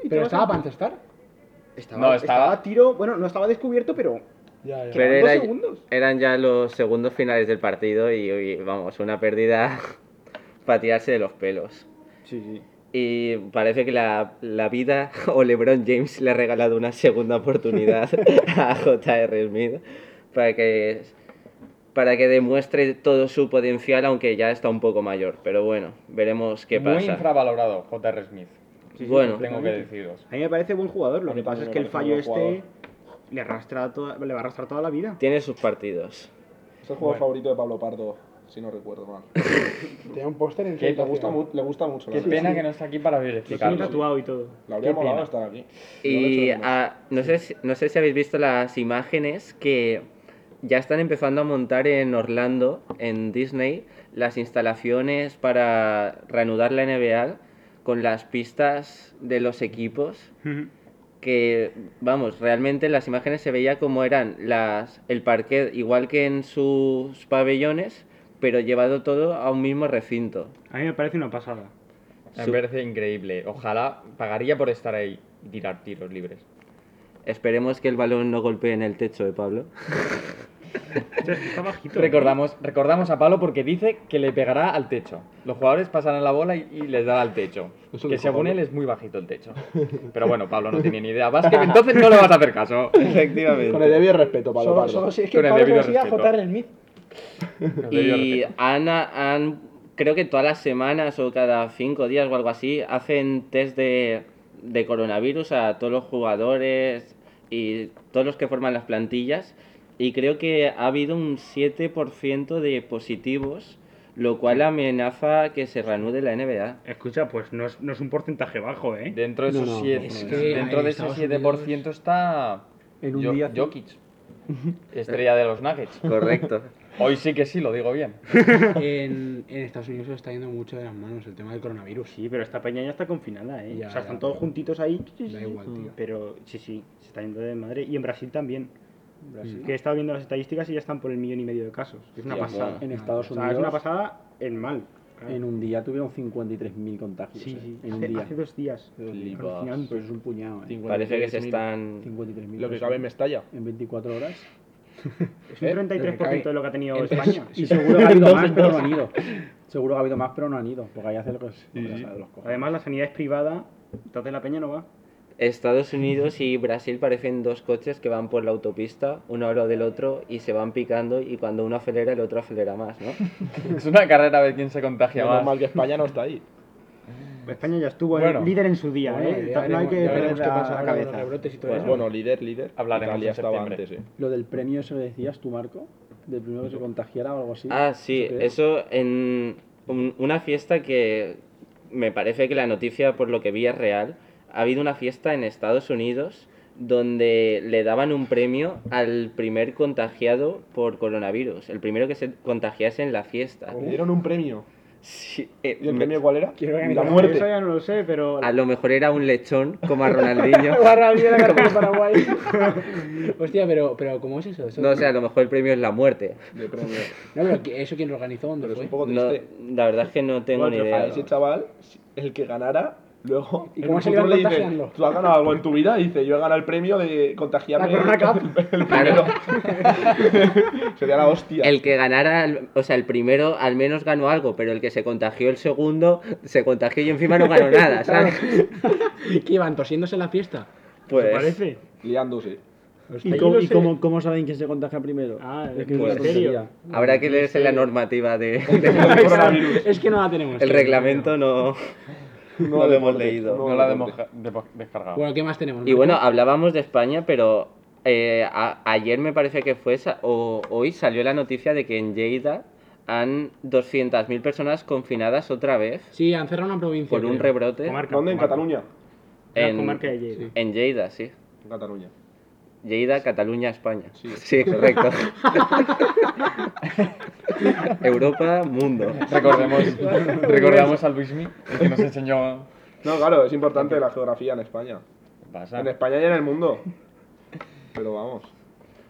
y te
Pero
vas
estaba
a-
para encestar.
Estaba,
No,
no,
estaba-
estaba... tiro. Bueno, no estaba descubierto, pero.
Ya, ya.
Quedaban
Pero
dos
era-
segundos.
eran ya los segundos finales del partido y, y, vamos, una pérdida para tirarse de los pelos.
Sí, sí.
Y parece que la, la vida o LeBron James le ha regalado una segunda oportunidad a J.R. Smith para que, para que demuestre todo su potencial, aunque ya está un poco mayor. Pero bueno, veremos qué
Muy
pasa.
infravalorado, J.R. Smith.
bueno,
Tengo que deciros.
A mí me parece buen jugador.
A
Lo
mí
que pasa es que
también
el
me parece
fallo
un buen
este le, arrastra toda- le va a arrastrar toda la vida.
tiene sus partidos.
Es el jugador favorito de Pablo Pardo, si no recuerdo mal.
Tenía un póster en
Que
su
Le
te
gusta, mu- le gusta mucho. la
Qué
verdad.
pena que no está aquí para ver
Lo tiene
explicarlo.
tatuado y todo.
La habría
Qué
molado
pena.
estar aquí.
Y
Yo lo echo de menos.
ah, no, sé si, no sé si habéis visto las imágenes que ya están empezando a montar en Orlando, en Disney, las instalaciones para reanudar la NBA con las pistas de los equipos. Que, vamos, realmente en las imágenes se veía como eran las, el parquet, igual que en sus pabellones, pero llevado todo a un mismo recinto.
A mí me parece una pasada.
Me parece increíble. Ojalá pagaría por estar ahí y tirar tiros libres.
Esperemos que el balón no golpee en el techo de Pablo.
Hostia, es que Está bajito. ¿eh?
Recordamos, recordamos a Pablo porque dice que le pegará al techo. Los jugadores pasarán la bola y, y les dará al techo.
Eso
que
dijo
según
Pablo.
él es muy bajito el techo. Pero bueno, Pablo no tiene ni idea de básquet, entonces no le vas a hacer caso.
Efectivamente.
Con el debido respeto, Pablo
Solo,
Pardo.
solo si es que
Con el
Pablo
debido
consigue
respeto.
azotar el mid.
Y han, han- creo que todas las semanas o cada cinco días o algo así, hacen test de, de coronavirus a todos los jugadores y todos los que forman las plantillas. Y creo que ha habido un 7% de positivos, lo cual amenaza que se reanude la NBA.
Escucha, pues no es, no es un porcentaje bajo, ¿eh?
Dentro de
No,
esos
no,
siete-
es
que,
dentro
a ver,
de ese
Estados
7% está
En un
Jo-
día-
Jokic, estrella de los Nuggets.
Correcto.
Hoy sí que sí, lo digo bien.
En, en Estados Unidos se está yendo mucho de las manos el tema del coronavirus.
Sí, pero esta peña ya está confinada, ¿eh?
Ya,
o sea,
ya,
están
ya.
todos juntitos ahí. Mm,
Da igual, tío.
Pero sí, sí, se está yendo de madre. Y en Brasil también. Que he estado viendo las estadísticas y ya están por el millón y medio de casos. Es una
Hostia,
pasada.
bueno.
Ah,
En Estados
O sea, es una
Unidos,
pasada en mal. claro.
en un día tuvieron 53.000 contagios.
Sí,
eh,
sí.
En un
hace,
día.
hace dos días.
Flipas.
Alucinante.
Pero es un puñado, eh.
Parece que se
53.000.
están...
53.000.
Lo que
personas
cabe en Mestalla.
en 24 horas.
Es un 33% de lo que ha tenido España.
Y seguro que ha habido más, pero no han ido. Seguro que ha habido más, pero no han ido. Porque ahí hacen lo que se lo que les sale de los cojones.
Además, la sanidad es privada. Entonces la peña no va.
Estados Unidos y Brasil parecen dos coches que van por la autopista, uno al lado del otro, y se van picando, y cuando uno acelera, el otro acelera más, ¿no?
Es una carrera a ver quién se contagia
Menos
más.
mal que España no está ahí.
España ya estuvo
Bueno.
el líder en su día,
Bueno,
¿eh?
ya
no hay
veremos-
que
ya
perder
veremos qué pasa
la
ahora con los
cabeza.
rebrotes y todo
Pues
eso.
bueno, líder, líder.
Hablaremos
Italia
en
estaba
septiembre.
antes, eh.
Lo del premio, eso que decías tú, Marco. Del primero que se contagiara o algo así.
Ah, sí,
qué es?
eso en un- una fiesta que me parece que la noticia, por lo que vi, es real. Ha habido una fiesta en Estados Unidos donde le daban un premio al primer contagiado por coronavirus, el primero que se contagiase en la fiesta.
Le dieron un premio.
Sí, eh,
Oh. ¿Y el
me-
premio cuál era?
Quiero
La
organizar-
muerte.
Eso ya no lo sé, pero.
a lo mejor era un lechón como a Ronaldinho.
Barra bien la carpeta de Paraguay. Hostia, pero, pero ¿cómo es eso? Eso-
No, o sea, a lo mejor el premio es la muerte.
De premio.
No, pero ¿qui- ¿eso quién lo organizó? ¿Dónde
Pero es
fue?
un poco
No,
triste.
la verdad es que no tengo
Bueno,
ni
pero
idea.
a ese chaval, el que ganara, luego.
¿Y
en
cómo
un
se le iba
futuro dice,
contagiando?
Tú has ganado algo en tu vida, y dice, yo he ganado el premio de contagiarme.
La Corona
El primero. Sería la hostia.
El que ganara, el- o sea, el primero al menos ganó algo, pero el que se contagió el segundo se contagió y encima no ganó nada, ¿sabes?
¿Qué iban tosiéndose en la fiesta?
¿Te
Pues
parece?
Liándose.
¿Y
¿Y,
cómo
cómo, y
se-
cómo- cómo saben quién se contagia primero?
Ah,
es que es una
pues, ¿en
serio?
tontería.
habrá que leerse la normativa de, de-
El coronavirus.
Es que no la tenemos.
el reglamento, no, no lo hemos leído.
No la hemos depo- descargado.
Bueno, ¿qué más tenemos?
Y bueno, hablábamos de España, pero eh, a- ayer me parece que fue, sa- o hoy salió la noticia de que en Lleida han 200.000 personas confinadas otra vez
Sí, han cerrado una provincia.
por un
creo.
rebrote
Comarca,
¿Dónde? En
comarca.
Cataluña.
Una
En-
comarca de Lleida.
Sí.
en Lleida, sí.
En Cataluña.
Lleida, Cataluña, España.
Sí.
Sí, correcto. Europa, mundo.
¿eh?
Recordemos, recordamos a Luismi, el que nos enseñó.
No, claro, es importante la geografía en España.
¿Qué pasa?
En España y en el mundo. Pero vamos.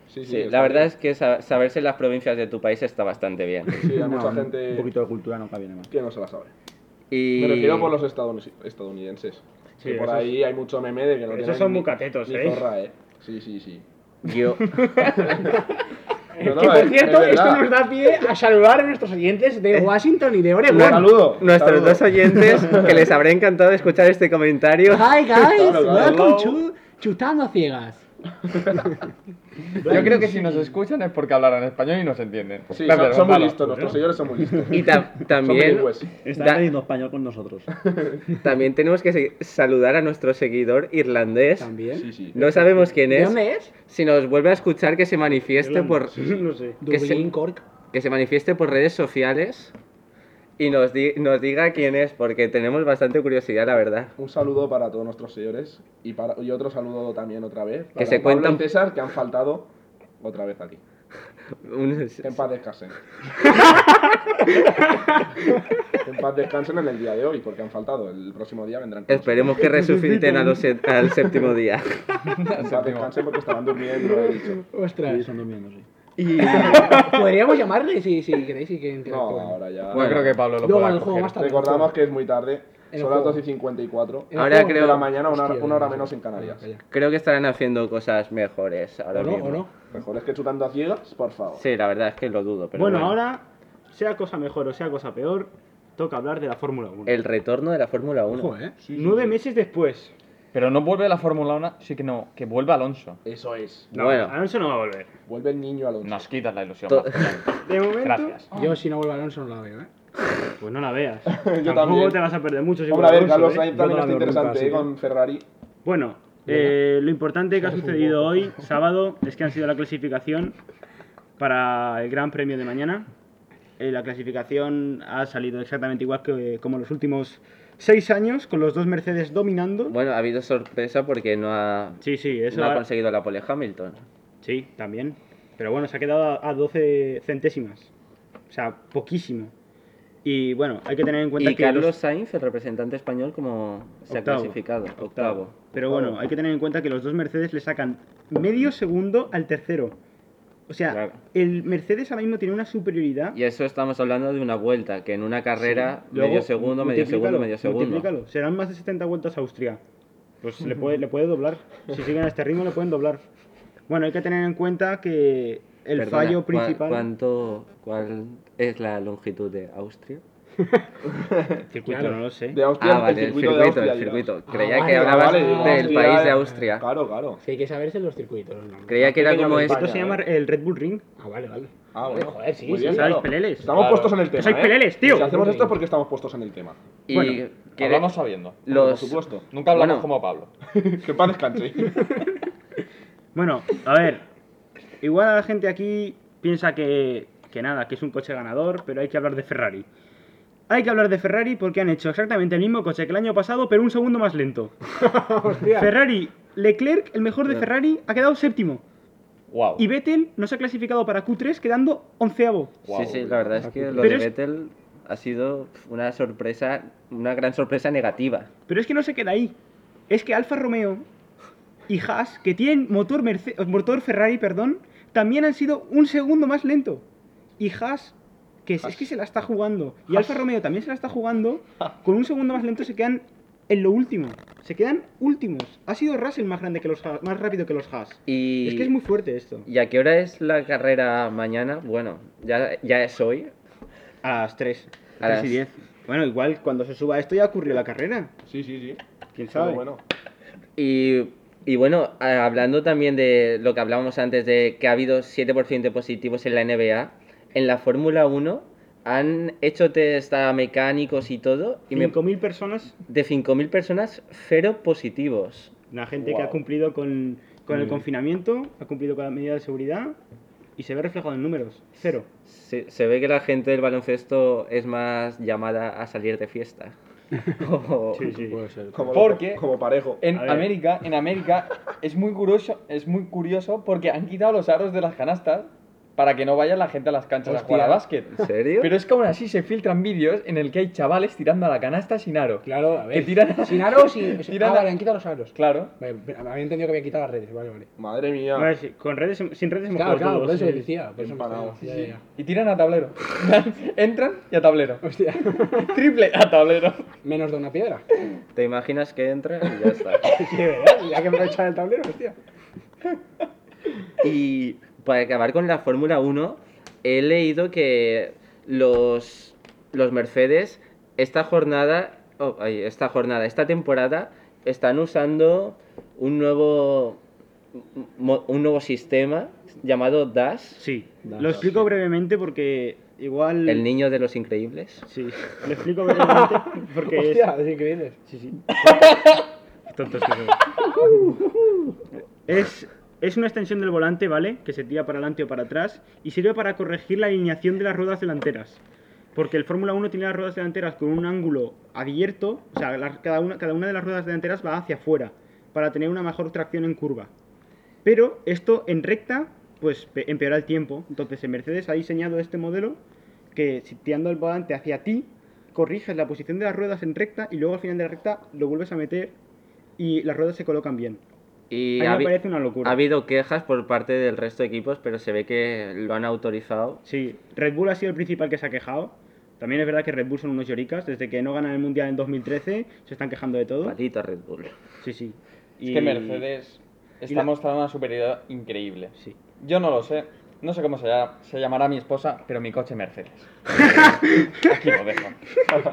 Sí, sí.
Sí,
está
la verdad
bien.
es que sa- saberse las provincias de tu país está bastante bien.
Sí, hay
No,
mucha
Un
gente
poquito de cultura nunca viene mal.
que no se la sabe.
Y...
Me refiero por los estadouni- estadounidenses.
Sí,
que por
esos-
ahí hay mucho meme de que no
esos
tienen
son
ni-
bucatetos,
ni
¿eh?
zorra, ¿eh? Sí, sí, sí.
Yo...
No, no,
que por
es-
cierto,
es
esto
verdad.
nos da pie a saludar a nuestros oyentes de Washington y de
Un
Oregon.
saludo.
Nuestros
saludo.
dos oyentes, que les habrá encantado escuchar este comentario.
Ah.
Hi guys,
Claro, claro.
welcome to Chutando a Ciegas.
Yo creo que si nos escuchan es porque hablarán español y nos entienden.
Sí,
Gracias,
son, son muy
Gonzalo.
listos, nuestros señores son muy listos.
Y ta-
Son
también,
bilingües. ¿eh?
Están
Da-
aprendiendo español con nosotros.
también tenemos que se- saludar a nuestro seguidor irlandés.
También.
Sí, sí.
No sabemos quién
¿De
es.
dónde es?
Si nos vuelve a escuchar, que se
Este
manifieste
Irlanda.
por,
No sé.
Que se-
Dublín, Cork.
que se manifieste por redes sociales y nos, di- nos diga quién es, porque tenemos bastante curiosidad, la verdad.
Un saludo para todos nuestros señores y, para, y otro saludo también otra vez. Para
se
Pablo
cuentan-
y César que han faltado otra vez aquí.
Un-
Que en paz descansen. que en paz descansen en el día de hoy porque han faltado. El próximo día vendrán. con nosotros.
Esperemos que resuciten a los se- al séptimo día.
En paz descansen porque estarán durmiendo. lo he dicho.
Sí,
Ostras.
son durmiendo, sí.
Y
Podríamos llamarle si, si queréis y que
No,
interactúen.
ahora ya.
No creo que Pablo lo
Luego
pueda
en el juego
coger.
más tarde.
Recordamos que es muy tarde.
En el
Son las
juego.
12 y 54.
En el
Ahora
juego,
De
creo-
la mañana, una,
Hostia,
una hora
no.
menos en Canarias.
Calla.
creo que estarán haciendo cosas mejores ahora
¿O no?
mismo.
¿O no?
Mejor es que chutando a ciegas, por favor.
Sí, la verdad es que lo dudo. Pero
Bueno, ahora, sea cosa mejor o sea cosa peor, toca hablar de la Fórmula 1.
El retorno de la Fórmula 1.
Ojo, ¿eh?
Nueve meses después.
Pero no vuelve la Fórmula 1, sí que no, que vuelve Alonso.
Eso es.
No,
Bueno.
Alonso no va a volver.
Vuelve el niño Alonso.
Nos quitas la ilusión.
To-
De momento,
Gracias.
Yo si no vuelvo a Alonso no la veo, ¿eh?
pues no la veas.
Yo
Tampoco
también.
te vas a perder mucho. si
Hombre, a ver,
vuelve
Carlos
Alonso, ¿eh?
Sainz
Yo no
también
la
está
veo nunca,
interesante ¿eh?
así que-
con Ferrari.
Bueno, eh, lo importante que ha sucedido hoy, sábado, es que han sido la clasificación para el Gran Premio de mañana. Eh, la clasificación ha salido exactamente igual que eh, como los últimos seis años, con los dos Mercedes dominando.
Bueno, ha habido sorpresa porque no ha,
Sí, sí, eso
no ha
ha-
conseguido la pole Hamilton.
Sí, también. Pero bueno, se ha quedado a- a 12 centésimas. O sea, poquísimo. Y bueno, hay que tener en cuenta
Y
que
Carlos
los-
Sainz, el representante español, como se
Octavo.
ha clasificado. Octavo.
Pero bueno, hay que tener en cuenta que los dos Mercedes le sacan medio segundo al tercero. O sea,
Claro.
el Mercedes ahora mismo tiene una superioridad.
Y eso estamos hablando de una vuelta, que en una carrera,
Luego,
medio segundo, medio
multiplícalo,
segundo, medio segundo.
multiplícalo. Serán más de 70 vueltas a Austria. Pues le puede, le puede doblar. Si siguen a este ritmo, le pueden doblar. Bueno, hay que tener en cuenta que el
Perdona,
fallo
¿cuá-
principal.
¿cuánto, ¿Cuál es la longitud de Austria?
Circuito,
Claro.
no lo sé.
De Austria,
Ah, vale, el circuito,
de Austria.
el
digamos.
circuito.
Ah,
Creía
vale,
que
vale,
hablabas
vale,
del
Austria,
país de Austria.
Claro, claro.
Sí, hay que saberse los circuitos. ¿no?
Creía que era
Pequeño
como este,
de
esto.
Esto se llama el Red Bull Ring.
Ah, vale, vale.
Ah, bueno.
Joder, sí,
Muy
sí.
bien,
Sois
claro.
peleles.
Estamos
Claro.
puestos en el tema.
Sois
¿eh?
peleles, tío.
Si hacemos esto es porque estamos puestos en el tema.
Y
Bueno,
que-
Hablamos sabiendo.
Por
los,
supuesto.
Nunca
Bueno.
hablamos como Pablo.
Que paz descanse.
Bueno, a ver. Igual la gente aquí piensa que, que nada, que es un coche ganador, pero hay que hablar de Ferrari. Hay que hablar de Ferrari porque han hecho exactamente el mismo coche que el año pasado, pero un segundo más lento. Ferrari, Leclerc, el mejor de Ferrari, ha quedado séptimo.
Wow.
Y Vettel no se ha clasificado para Q3, quedando onceavo.
Guau.
Sí, sí, la verdad es que lo
Pero
de
es-
Vettel ha sido una sorpresa, una gran sorpresa negativa.
Pero es que no se queda ahí. Es que Alfa Romeo y Haas, que tienen motor, Merce- motor Ferrari, perdón, también han sido un segundo más lento. Y Haas, que es, es que se la está jugando. Y Alfa Romeo también se la está jugando. Con un segundo más lento se quedan en lo último. Se quedan últimos. Ha sido Russell más grande que los Ha- más rápido que los Haas.
Y,
Es que es muy fuerte esto.
¿Y a qué hora es la carrera mañana? Bueno, ya, ya es hoy.
A las 3.
A las-
y 10. Bueno, igual cuando se suba esto ya ocurrió la carrera.
Sí, sí, sí.
¿Quién sabe?
Pero bueno.
Y, y bueno, a- hablando también de lo que hablábamos antes de que ha habido 7% de positivos en la NBA, en la Fórmula 1 han hecho test a mecánicos y todo, y me-
5.000 personas
de 5.000 personas, cero positivos.
La gente que
Guau.
Mm.
ha cumplido con, con el confinamiento, ha cumplido con la medida de seguridad y se ve reflejado en números. Cero.
Se, se ve que la gente del baloncesto es más llamada a salir de fiesta. O-
Sí, sí.
Puede ser.
Como,
Porque-
como parejo.
En
A ver.
América, en América es muy curioso, es muy curioso porque han quitado los aros de las canastas para que no vaya la gente a las canchas a jugar a básquet.
¿En serio?
Pero es que aún así se filtran vídeos en el que hay chavales tirando a la canasta sin aro.
Claro, a ver.
Que tiran-
Sin aros y.
Tiran
ah,
a-
vale, han quitado los aros.
Claro.
Vale, pero había entendido que había quitado las redes, vale, vale.
Madre
A
mía.
ver, sí, con redes, hem- sin redes hemos
Claro,
jugado
claro, por
todos,
eso
sí.
decía. Por eso me
Empanado.
extrañaba. Ya, ya,
Y tiran a tablero. Entran y a tablero.
ya. Hostia,
Triple a tablero.
menos de una piedra.
¿Te imaginas que entras y ya está?
Sí, ¿verdad? Ya que me lo he echado el tablero, hostia.
Y para acabar con la Fórmula 1, he leído que los, los Mercedes esta jornada, oh, ay, esta jornada, esta temporada, están usando un nuevo, mo- un nuevo sistema llamado DAS,
Sí.
Da,
Lo
da,
explico brevemente porque igual.
el niño de los increíbles.
Sí. Lo explico brevemente porque es-
Hostia, es increíble.
Sí, sí. Tontos que sois. Es, es una extensión del volante, ¿vale? Que se tira para adelante o para atrás y sirve para corregir la alineación de las ruedas delanteras. Porque el Fórmula 1 tiene las ruedas delanteras con un ángulo abierto, o sea, las- cada, una, cada una de las ruedas delanteras va hacia afuera para tener una mejor tracción en curva. Pero esto en recta, pues pe- empeora el tiempo. Entonces, en Mercedes ha diseñado este modelo que si tirando el volante hacia ti, corriges la posición de las ruedas en recta y luego al final de la recta lo vuelves a meter y las ruedas se colocan bien.
Y
A mí
ha,
me
habi-
parece una
ha
locura.
habido quejas por parte del resto de equipos, pero se ve que lo han autorizado.
Sí, Red Bull ha sido el principal que se ha quejado. También es verdad que Red Bull son unos lloricas. Desde que no ganan el Mundial en 2013 se están quejando de todo.
Maldita Red Bull.
Sí, sí.
Es
Y-
que Mercedes
y
está
la-
mostrando una superioridad increíble.
Sí.
Yo no lo sé. No sé cómo se, llama- se llamará mi esposa, pero mi coche Mercedes. Aquí lo dejo.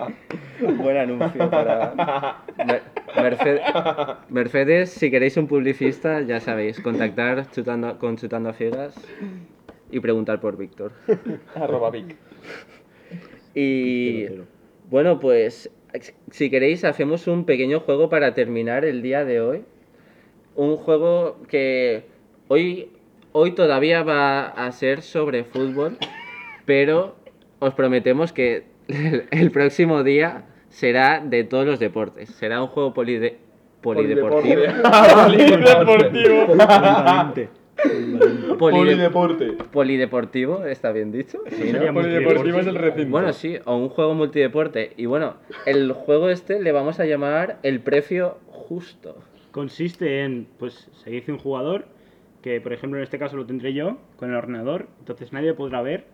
Buen anuncio para Mer- Merced- Mercedes. Si queréis un publicista, ya sabéis, contactar chutando, con Chutando a Ciegas y preguntar por Víctor.
Arroba Vic.
Y bueno, pues si queréis hacemos un pequeño juego para terminar el día de hoy. Un juego que hoy, hoy todavía va a ser sobre fútbol, pero os prometemos que el, el próximo día será de todos los deportes. Será un juego polide- polideportivo.
Polivalente. Polivalente.
Polide-
Polideporte.
polideportivo, está bien dicho. Sí, ¿no?
Sería multideportivo.
es el recinto.
Bueno, sí, o un juego multideporte. Y bueno, el juego este le vamos a llamar el precio justo.
Consiste en, pues, se dice un jugador, que por ejemplo en este caso lo tendré yo, con el ordenador, entonces nadie lo podrá ver.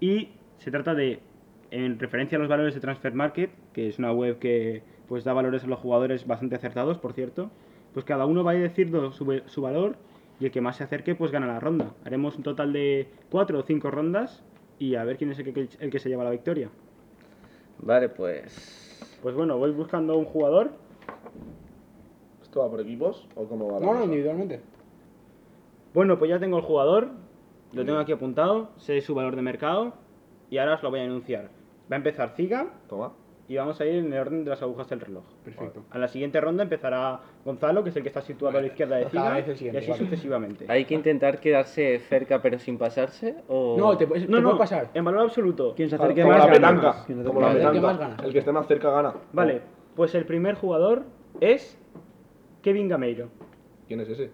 Y se trata de, en referencia a los valores de Transfer Market, que es una web que pues da valores a los jugadores bastante acertados, por cierto, pues cada uno va a decir do- su, su valor y el que más se acerque pues gana la ronda. Haremos un total de cuatro o cinco rondas y a ver quién es el que, el que se lleva la victoria.
Vale, pues.
Pues bueno, voy buscando un jugador.
¿Esto va Pues por equipos o cómo va la
No, no,
cosa?
individualmente.
Bueno, pues ya tengo el jugador, lo tengo aquí apuntado, sé su valor de mercado y ahora os lo voy a anunciar. Va a empezar Ziga
Toma.
y vamos a ir en el orden de las agujas del reloj.
Perfecto.
A la siguiente ronda empezará Gonzalo, que es el que está situado a la izquierda de
Cada
Ziga,
vez el
y
siguiente,
así
vale.
sucesivamente.
¿Hay que intentar quedarse cerca pero sin pasarse? O...
No, te, puedes- te
No, no,
puede pasar.
en valor absoluto.
¿Quién se acerque
Como
más
la
gana?
petanca.
¿Quién se
Como
acerque
la
más
El que
petanca.
más gana.
El que esté más cerca gana.
Vale, pues el primer jugador es Kevin Gameiro.
¿Quién es ese?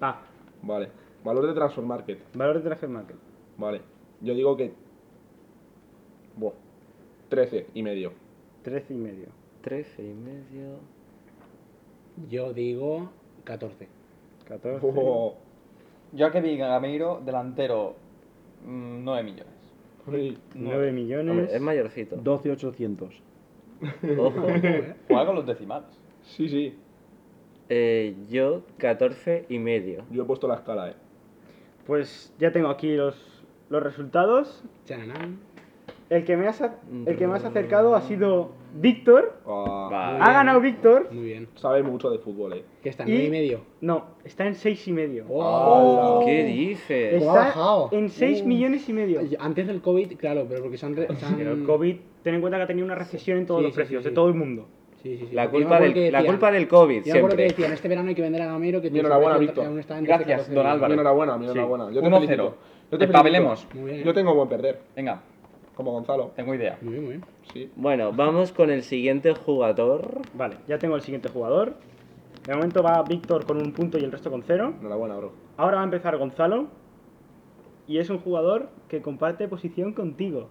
Ah,
Vale. Valor de Transfer Market.
valor de transfer market.
Vale. Yo digo que. Buah. 13 y medio.
13 y medio.
13 y medio.
Yo digo 14.
14.
Oh.
Yo a Kevin Gameiro, delantero, mm, 9 millones.
Uy.
9 millones.
Hombre, es mayorcito.
12,800.
Ojo.
Juega con los decimales.
Sí, sí.
Eh, yo, 14 y medio.
Yo he puesto la escala, eh.
Pues ya tengo aquí los, los resultados.
Chananán.
El que, me has ac- el que más ha acercado ha sido Víctor.
Ah,
Vale.
Ha ganado Víctor.
Muy bien.
Sabe mucho de fútbol, eh.
Que está
Y-
9 y medio.
No, está en seis y medio.
Ah,
¡Oh!
¿Qué dices?
Es-
Está
bajado.
en 6
Uh.
millones y medio.
Antes del COVID, claro, pero porque se han. re- se han-
Pero el COVID, ten en cuenta que ha tenido una recesión en todos
Sí,
los
sí,
precios
sí, sí.
de todo el mundo.
Sí, Sí, sí, sí.
La
Porque yo me
culpa,
acuerdo
del,
que
la
decían-
culpa del COVID,
Yo me acuerdo que
siempre.
decían, este verano hay que vender a Gamero. Que
Enhorabuena,
aún
Víctor.
aún está en
Gracias,
12,
don
14.
Álvaro.
Enhorabuena, mi enhorabuena. Yo te
1-0.
felicito. Yo te
Espabilemos.
felicito.
Muy bien,
Yo
eh.
tengo buen perder,
Venga,
como Gonzalo.
tengo idea.
Muy bien, muy bien.
Sí.
Bueno, vamos con el siguiente jugador.
Vale, ya tengo el siguiente jugador. De momento va Víctor con un punto y el resto con cero.
Enhorabuena, bro.
Ahora va a empezar Gonzalo. Y es un jugador que comparte posición contigo.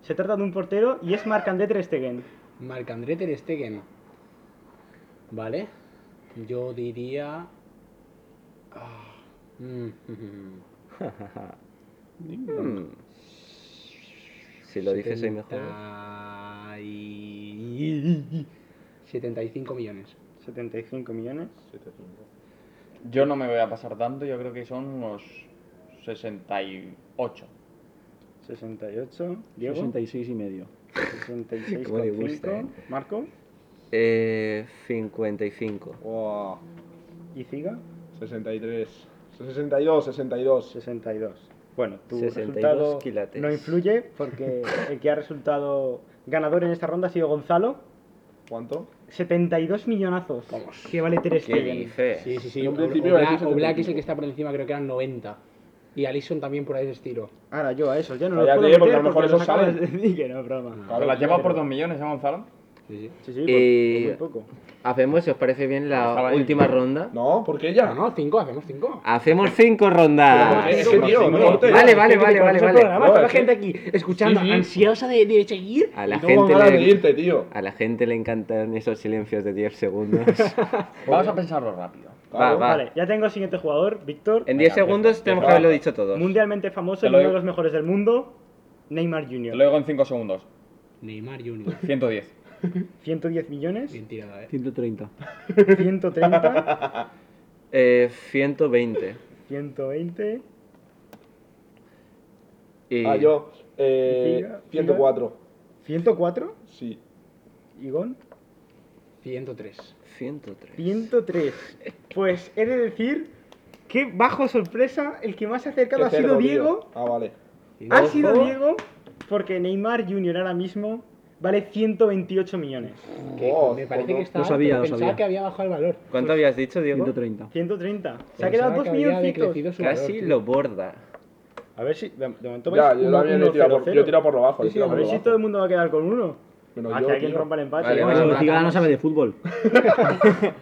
Se trata de un portero y es Marc-André Ter Stegen.
Marc-André Ter Stegen. Vale. Yo diría... Ah, mm,
Si lo dije, soy mejor.
70 y- 75 millones.
75 millones.
Yo no me voy a pasar tanto, yo creo que son unos 68.
68. Diego.
66 y medio.
66
Cómo le
con
gusta,
cinco.
eh.
Marco.
Eh, 55.
Wow.
Y Ziga.
63. 62, 62.
62. Bueno, tu
62
resultado
quilates.
no influye porque el que ha resultado ganador en esta ronda ha sido Gonzalo.
¿Cuánto?
72 millonazos. Que vale Ter
¿Qué
Stegen.
dices?
Sí, sí, sí.
Yo
O-
en principio
o
iba a
Black-
decir
o Black es el
75.
que está por encima, creo que eran 90. Y Allison también por ahí de estilo.
Ahora yo a esos ya no
Cállate,
los puedo meter
porque a lo mejor
los
esos
acabas
salen.
de decir que no, broma.
¿Te la lleva por 2 millones, ¿eh, Gonzalo?
Sí, sí, por-
Eh,
por muy poco.
Hacemos, si os parece bien,
Estaba
la
ahí.
última ronda.
No, ¿por qué ya?
No, no, 5, hacemos 5.
Hacemos cinco rondas.
Es que, tío, no cortes.
Vale, vale, vale, vale, vale.
programa, toda la
gente aquí escuchando, Ah, ansiosa de, seguir.
A la
No tengo
gente
ganas de
le,
irte, tío.
a la gente le encantan esos silencios de 10 segundos.
Vamos a pensarlo rápido.
va,
Ah.
va.
Vale, ya tengo el siguiente jugador, Víctor.
En 10 segundos tenemos que haberlo dicho todos.
Mundialmente famoso
Te
y uno
lo
de
digo.
los mejores del mundo, Neymar
Te
Jr.
lo digo en 5 segundos.
Neymar Junior.
110.
110 millones,
Bien tirada, eh.
130.
130,
Eh, 120.
120,
Y
Ah, yo. Eh,
Siga, siga.
104.
104,
Sí.
Igón,
103.
103.
103. Pues he de decir que, bajo sorpresa, el que más se ha acercado
Qué
ha sido
cerdo, tío.
Diego.
Ah, vale.
Ha sido Diego porque Neymar Jr. ahora mismo vale 128 millones.
Que
Oh,
me parece
no.
que está
Lo
alto,
sabía, lo
pensaba
sabía.
que había bajado el valor.
¿Cuánto habías dicho, Diego?
130.
130. Se
Pensaba
ha quedado 2
que había
milloncitos.
decrecido su valor,
Casi
tío.
lo borda.
A ver si. De, de momento
Ya,
vais
yo
uno-
también
uno,
he tirado
cero,
por, yo
cero.
he tirado por lo bajo. yo
Sí, sí,
he tirado
a ver si
por
todo
lo
el mundo va a quedar con uno.
Menos
Hasta
yo,
que alguien
tío.
rompa el empate.
Vale,
¿no?
vale,
Bueno,
vale.
Ziga no sabe de fútbol.
Vale,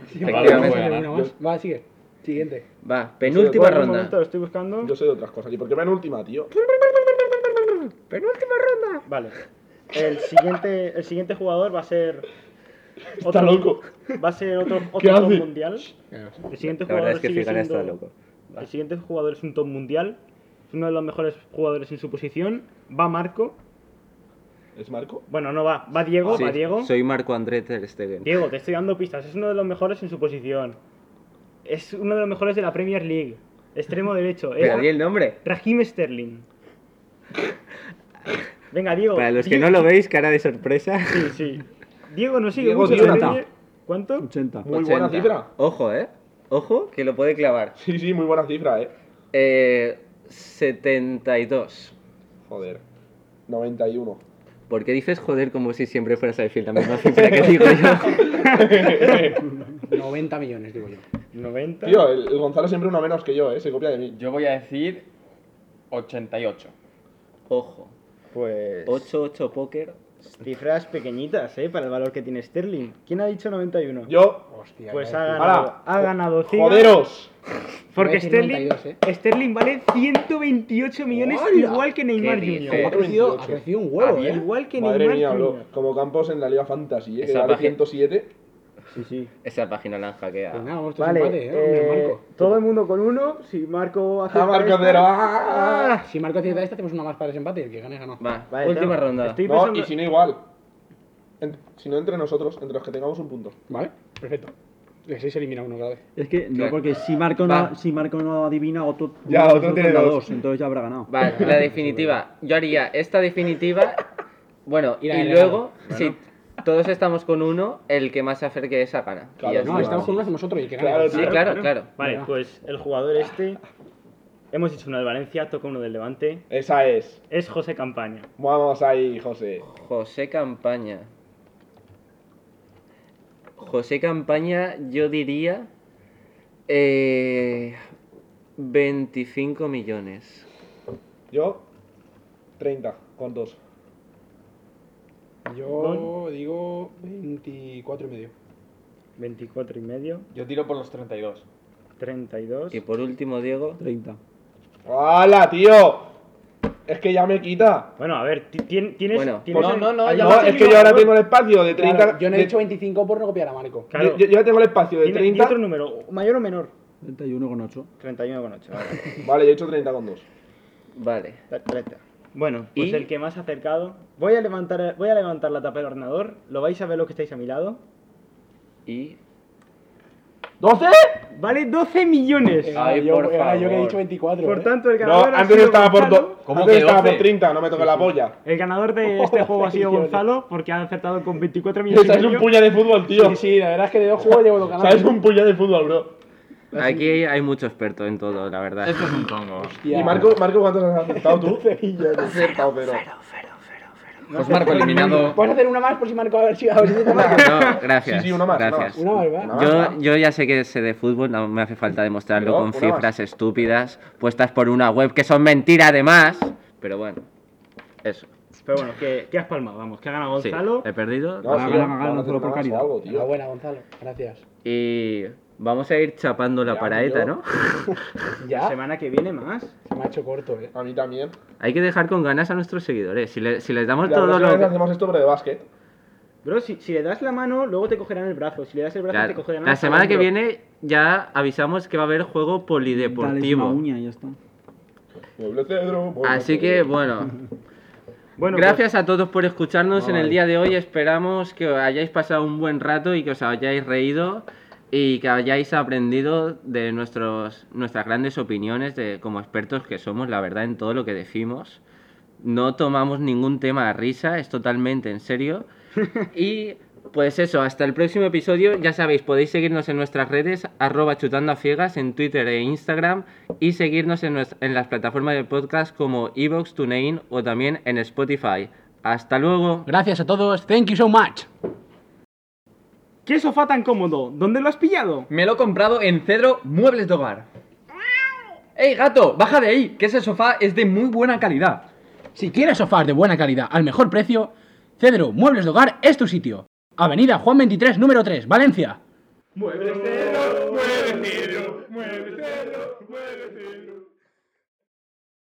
Efectivamente.
vale, una más. Va, sigue. Siguiente.
Va, penúltima
Bueno, un
ronda.
momento, lo estoy buscando.
bajo. Yo sé de otras cosas. ¿Y por qué me en última, tío?
Penúltima ronda.
Vale. El siguiente, el siguiente jugador va a ser. Otro,
loco.
Va a ser otro, otro
¿Qué
top
hace?
mundial. El siguiente
La verdad
jugador
es que
sigue
Figana está
siendo-
loco.
El siguiente jugador es un top mundial. Es uno de los mejores jugadores en su posición. Va Marco.
¿Es Marco?
Bueno, no va. Va Diego.
Sí,
va Diego.
Soy Marco André Ter Stegen.
Diego, te estoy dando pistas. Es uno de los mejores en su posición. Es uno de los mejores de la Premier League. Extremo derecho.
Pero di
Es
el nombre.
Raheem Sterling. Venga, Diego.
Para los
di-
que no lo veis, cara de sorpresa.
Sí, sí. Diego no sigue
Diego
mucho la
Tirata.
Premier. ¿Cuánto?
80.
Muy buena
80.
cifra.
Ojo, eh. Ojo, que lo puede clavar.
Sí, sí, muy buena cifra, eh.
Eh, 72.
Joder. 91.
¿Por qué dices joder como si siempre fueras a decir la misma cifra que digo yo?
90 millones, digo yo.
90.
Tío, el, el Gonzalo siempre uno menos que yo, eh. Se copia de mí.
Yo voy a decir 88.
Ojo.
Pues.
8-8 póker.
Cifras pequeñitas, ¿eh? Para el valor que tiene Sterling. ¿quién ha dicho 91?
Yo.
Hostia.
Pues
iba
ha
a decir-
ganado.
Ala,
Ha ganado Ziga,
¡Joderos!
Voy
Porque
a decir
Sterling,
92,
Sterling vale 128 millones,
¡Hola!
igual que Neymar
¿Qué
Jr.
dices?
Ha crecido,
28.
ha crecido un huevo,
Ah,
eh.
bien.
Igual que
Madre
Neymar
mía,
Jr.
bro. Como Campos en la Liga Fantasy, eh. Que
Esa
vale
página-
107.
Sí, sí.
Esa página la han hackeado.
Pues nada, vamos, esto es
Vale,
empate, eh. Hombre,
eh,
Marco.
todo el mundo con uno. Si Marco hace.
¡Ah, Marco
esta-
Cero! ¡Ah!
Si Marco acierta esta, hacemos una más para desempate. El que gane, ganó.
Va,
Vale,
última
tengo-
ronda.
Estoy
No,
pensando...
y si no, igual. En- si no, entre nosotros, entre los que tengamos un punto.
Vale, perfecto. Y así se elimina uno cada vez.
Es que no,
Claro.
porque si Marco
Va.
no, si Marco no adivina, otro,
Ya,
uno
otro
solo
tiene
tendrá
dos.
Entonces ya habrá ganado.
Vale, la definitiva. Yo haría esta definitiva. Bueno, y,
Y la del
luego, si todos estamos con uno, el que más se acerque esa gana. Y
Claro,
ya
No,
no,
está.
estamos con uno, hacemos otro y el que gane.
Claro,
Sí,
gana.
claro,
claro, claro.
Vale,
Venga.
pues el jugador este. Hemos dicho uno del Valencia, toca uno del Levante.
Esa es.
Es José Campaña.
Vamos ahí, José.
José Campaña. José Campaña, yo diría eh, 25 millones.
Yo, 30, con dos.
Gol.
Yo digo 24 y medio.
24 y medio,
Yo tiro por los 32.
32.
Y por último, Diego,
30.
¡Hala, tío! Es que ya me quita.
Bueno, a ver, ti- tien- tienes.
Bueno.
tienes-
No, no, no,
Ahí
ya
va.
lo
No,
has
es que yo ahora tengo el espacio de 30.
Claro, yo no he
de-
dicho 25 por no copiar a Marco.
yo-
Claro.
yo, yo ya tengo el espacio de
Tiene- tiene
30.
otro número, mayor o menor?
31,8.
31,8. Vale.
Vale, yo he hecho 30 con dos.
vale.
tre- 30. Bueno, pues
¿Y?
el que más ha acercado. Voy a, levantar, voy a levantar la tapa del ordenador. Lo vais a ver los que estáis a mi lado.
Y
¿12?
Vale 12 millones.
Ay,
yo,
por
ahora yo que he
favor.
dicho 24.
Por
¿eh?
tanto, el
No,
ganador. ha
antes
sido
estaba por,
Gonzalo.
do-
¿Cómo
antes
que
estaba
12?
por 30, no me toque la polla.
El ganador de este juego ha sido
millones.
Gonzalo porque ha acertado con 24 millones.
Esa
y
es un
medio.
puño de fútbol, tío.
Sí, sí, la verdad es que de dos juegos llevo dos
O sea, es
ganando.
un puño de fútbol, bro.
aquí hay mucho experto en todo, la verdad.
Esto es un tongo.
¿Y Marco, Marco cuántos has acertado tú? Has acertado, pero.
Pues Marco eliminado.
Puedes hacer una más por si Marco a ver si a ver si te
No, gracias.
Sí, sí, una más, una
gracias.
más.
Una más, ¿verdad?
Una más,
Yo,
¿no?
yo ya sé que sé de fútbol, no me hace falta demostrarlo
No,
con
una
cifras
más.
estúpidas puestas por una web que son mentira además. Pero bueno, eso.
Pero bueno, que, que has palmado, vamos, que ha ganado
Sí, eh,
Gonzalo.
he perdido.
No,
Gana,
sí,
gana,
no,
gana,
no
solo por
tenemos
caridad.
algo, tío.
Enhorabuena, Gonzalo. Gracias.
Y vamos a ir chapando la
Ya,
paraeta,
tío.
¿no?
La
Ya,
semana que viene más.
se me ha hecho corto, eh.
A mí también.
Hay que dejar con ganas a nuestros seguidores. Si, le- si les damos
La
todo
próxima
lo
vez
que...
hacemos esto, pero de básquet.
Bro, si, si le das la mano, luego te cogerán el brazo. Si le das el brazo,
Claro,
te cogerán
la
hasta el
semana que
hombro.
viene ya avisamos que va a haber juego
Dale una
polideportivo.
uña y ya está.
Mueble cedro, mueble
Así
cedro.
que bueno,
Bueno, pues-
gracias a todos por escucharnos en el
vale.
día de hoy. Esperamos que hayáis pasado un buen rato y que os hayáis reído y que hayáis aprendido de nuestros, nuestras grandes opiniones de, como expertos que somos, la verdad, en todo lo que decimos. No tomamos ningún tema a risa, es totalmente en serio. Y pues eso, hasta el próximo episodio. Ya sabéis, podéis seguirnos en nuestras redes, arroba chutando a ciegas en Twitter e Instagram y seguirnos en, nues- en las plataformas de podcast como Evox, TuneIn o también en Spotify. Hasta luego.
Gracias a todos. Thank you so much.
Pues, ¿Qué sofá tan cómodo? ¿Dónde lo has pillado?
Me lo he comprado en Cedro Muebles de Hogar. ¡Ey, gato! ¡Baja de ahí! Que ese sofá es de muy buena calidad.
Si quieres sofás de buena calidad al mejor precio, Cedro Muebles de Hogar es tu sitio. Avenida Juan 23, número 3, Valencia.
Muebles Cedro, muebles Cedro, muebles Cedro, muebles Cedro.